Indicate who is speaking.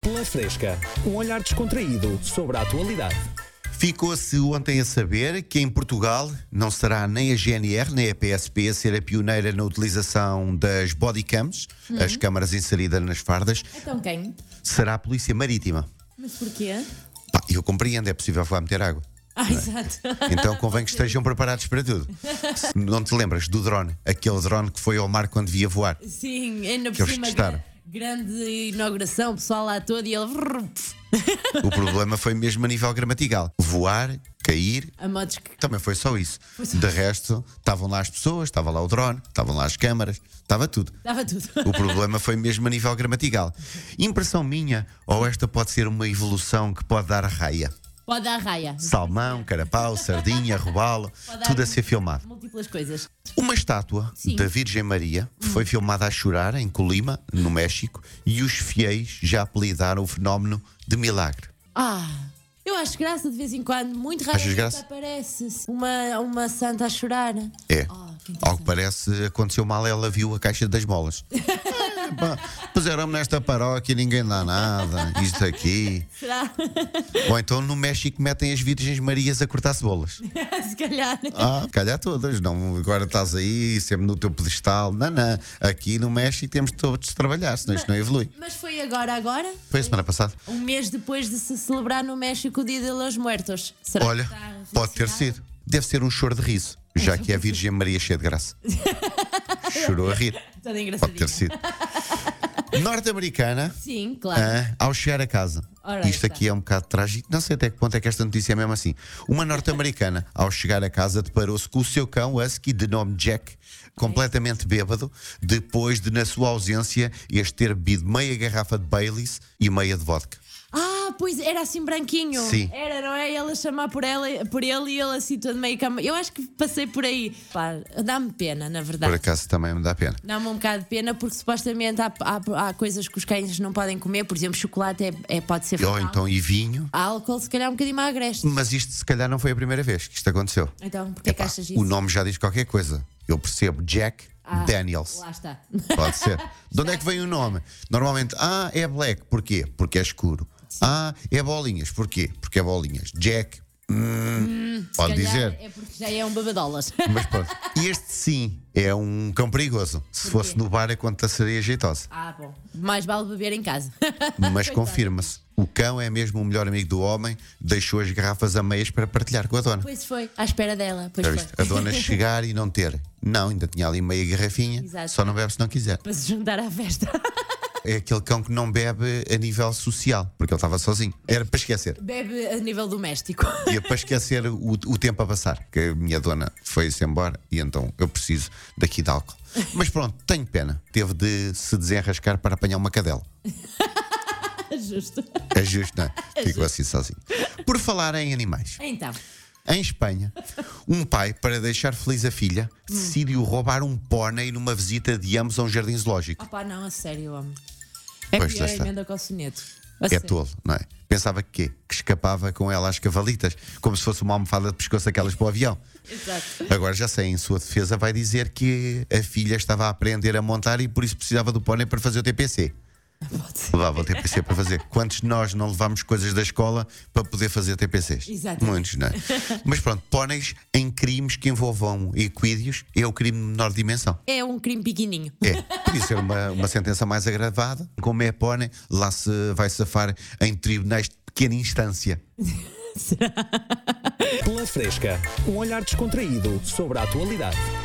Speaker 1: Pela Fresca, um olhar descontraído sobre a atualidade.
Speaker 2: Ficou-se ontem a saber que em Portugal não será nem a GNR nem a PSP a ser a pioneira na utilização das bodycams, as câmaras inseridas nas fardas,
Speaker 3: Então quem?
Speaker 2: será a Polícia Marítima.
Speaker 3: Mas porquê?
Speaker 2: Pá, eu compreendo, é possível lá meter água.
Speaker 3: Ah, exato.
Speaker 2: Então convém que estejam preparados para tudo. Se não te lembras do drone, aquele drone que foi ao mar quando devia voar.
Speaker 3: Sim, ainda
Speaker 2: Que
Speaker 3: por
Speaker 2: eles
Speaker 3: cima.
Speaker 2: testaram.
Speaker 3: Grande inauguração, o pessoal lá todo e ele. vrr, pf,
Speaker 2: O problema foi mesmo a nível gramatical. Voar, cair,
Speaker 3: A modos que.
Speaker 2: Também foi só isso. De resto, estavam lá as pessoas, estava lá o drone, estavam lá as câmaras, estava tudo.
Speaker 3: Dava tudo.
Speaker 2: O problema foi mesmo a nível gramatical. Impressão minha, ou esta pode ser uma evolução que pode dar raia?
Speaker 3: Pode dar raia.
Speaker 2: Salmão, carapau, sardinha, robalo,
Speaker 3: dar
Speaker 2: tudo a ser filmado.
Speaker 3: Múltiplas coisas.
Speaker 2: Uma estátua
Speaker 3: Sim.
Speaker 2: da Virgem Maria foi filmada a chorar em Colima, no México, e os fiéis já apelidaram o fenómeno de milagre.
Speaker 3: Ah! Eu acho graça de vez em quando, muito raramente
Speaker 2: graça?
Speaker 3: aparece uma, uma santa a chorar.
Speaker 2: É.
Speaker 3: Oh, que
Speaker 2: Ao
Speaker 3: interessante.
Speaker 2: que parece, aconteceu mal, ela viu a caixa das bolas. É, pá, Puseram-me nesta paróquia e ninguém dá nada. Isto aqui.
Speaker 3: Será?
Speaker 2: Ou então no México metem as Virgens Marias a cortar cebolas.
Speaker 3: Se calhar.
Speaker 2: Ah, calhar todas. Não, agora estás aí, sempre no teu pedestal. Não, não. Aqui no México temos todos de trabalhar, senão isto não evolui.
Speaker 3: Mas foi agora, agora?
Speaker 2: Foi a semana passada.
Speaker 3: Um mês depois de se celebrar no México o Dia de los Muertos. Será
Speaker 2: Olha,
Speaker 3: que está
Speaker 2: pode ter
Speaker 3: relacionado?
Speaker 2: sido. Deve ser um choro de riso, já que é a Virgem Maria cheia de graça. Chorou a rir.
Speaker 3: Toda
Speaker 2: Pode ter
Speaker 3: engraçadinha.
Speaker 2: sido. Norte-americana.
Speaker 3: Sim, claro.
Speaker 2: Ah, ao chegar a casa.
Speaker 3: Ora,
Speaker 2: Isto
Speaker 3: está.
Speaker 2: aqui é um bocado trágico. Não sei até que ponto é que esta notícia é mesmo assim. Uma norte-americana, ao chegar a casa, deparou-se com o seu cão husky de nome Jack, completamente bêbado, depois de, na sua ausência, este ter bebido meia garrafa de Baileys e meia de vodka.
Speaker 3: Ah, pois era assim branquinho.
Speaker 2: Sim.
Speaker 3: Era, não é? Ela chamar por, ela, por ele e ele assim todo meio cama. Eu acho que passei por aí. Pá, dá-me pena, na
Speaker 2: Por
Speaker 3: verdade.
Speaker 2: acaso também me dá pena.
Speaker 3: Dá-me um bocado de pena porque supostamente há, há- há coisas que os cães não podem comer, por exemplo, chocolate é, é- pode ser
Speaker 2: Ou
Speaker 3: fatal.
Speaker 2: então, e vinho.
Speaker 3: Há Álcool, se calhar, é um bocadinho mais agreste.
Speaker 2: Mas isto, se calhar, não foi a primeira vez que isto aconteceu.
Speaker 3: Então, porque é que
Speaker 2: Pá,
Speaker 3: achas Ah. isso?
Speaker 2: o nome já diz qualquer coisa. Eu percebo Jack Daniels.
Speaker 3: Lá está.
Speaker 2: Pode ser. De onde é que vem o nome? Normalmente, ah, é black. Porquê? Porque é escuro. Ah, é bolinhas. Porquê? Porque é bolinhas. Jack. hum, pode
Speaker 3: Se calhar
Speaker 2: dizer.
Speaker 3: É porque já é um babadolas.
Speaker 2: Mas pronto. Este sim é um cão perigoso. Se fosse no bar, a conta seria jeitosa.
Speaker 3: Ah, bom. Mais vale beber em casa.
Speaker 2: Mas confirma-se. O cão é mesmo o melhor amigo do homem. Deixou as garrafas a meias para partilhar com a dona.
Speaker 3: pois foi. À espera dela. Pois
Speaker 2: Já
Speaker 3: foi.
Speaker 2: viste? A dona chegar e não ter. Não, ainda tinha ali meia garrafinha.
Speaker 3: Exato.
Speaker 2: Só não bebe se não quiser.
Speaker 3: Para se juntar à festa.
Speaker 2: É aquele cão que não bebe a nível social, porque ele estava sozinho. Era para esquecer.
Speaker 3: Bebe a nível doméstico.
Speaker 2: E é para esquecer o, o tempo a passar. Que a minha dona foi-se embora e então eu preciso daqui de álcool. Mas pronto, tenho pena. Teve de se desenrascar para apanhar uma cadela.
Speaker 3: Justo.
Speaker 2: É justo, não é? Ficou assim sozinho. Por falar em animais.
Speaker 3: Então,
Speaker 2: Em Espanha, um pai, para deixar feliz a filha, decidiu roubar um pônei numa visita de ambos a um jardim zoológico.
Speaker 3: opá, não, a sério, homem. É
Speaker 2: Pois,
Speaker 3: pior
Speaker 2: lá
Speaker 3: a
Speaker 2: está.
Speaker 3: emenda com o soneto. A
Speaker 2: É
Speaker 3: sério.
Speaker 2: tolo, não é? Pensava que quê? Que escapava com ela às cavalitas, como se fosse uma almofada de pescoço aquelas para o avião.
Speaker 3: Exato.
Speaker 2: Agora já sei, em sua defesa vai dizer que a filha estava a aprender a montar e por isso precisava do pônei para fazer o TPC.
Speaker 3: Pode ser.
Speaker 2: Levava o TPC para fazer. Quantos de nós não levámos coisas da escola para poder fazer TPCs?
Speaker 3: Exatamente.
Speaker 2: Muitos, não é? Mas pronto, póneis em crimes que envolvam equídeos é o crime de menor dimensão.
Speaker 3: É um crime pequenininho.
Speaker 2: É, podia ser uma, uma sentença mais agravada. Como é pónei, lá se vai safar em tribunais de pequena instância.
Speaker 1: Pela Fresca, um olhar descontraído sobre a atualidade.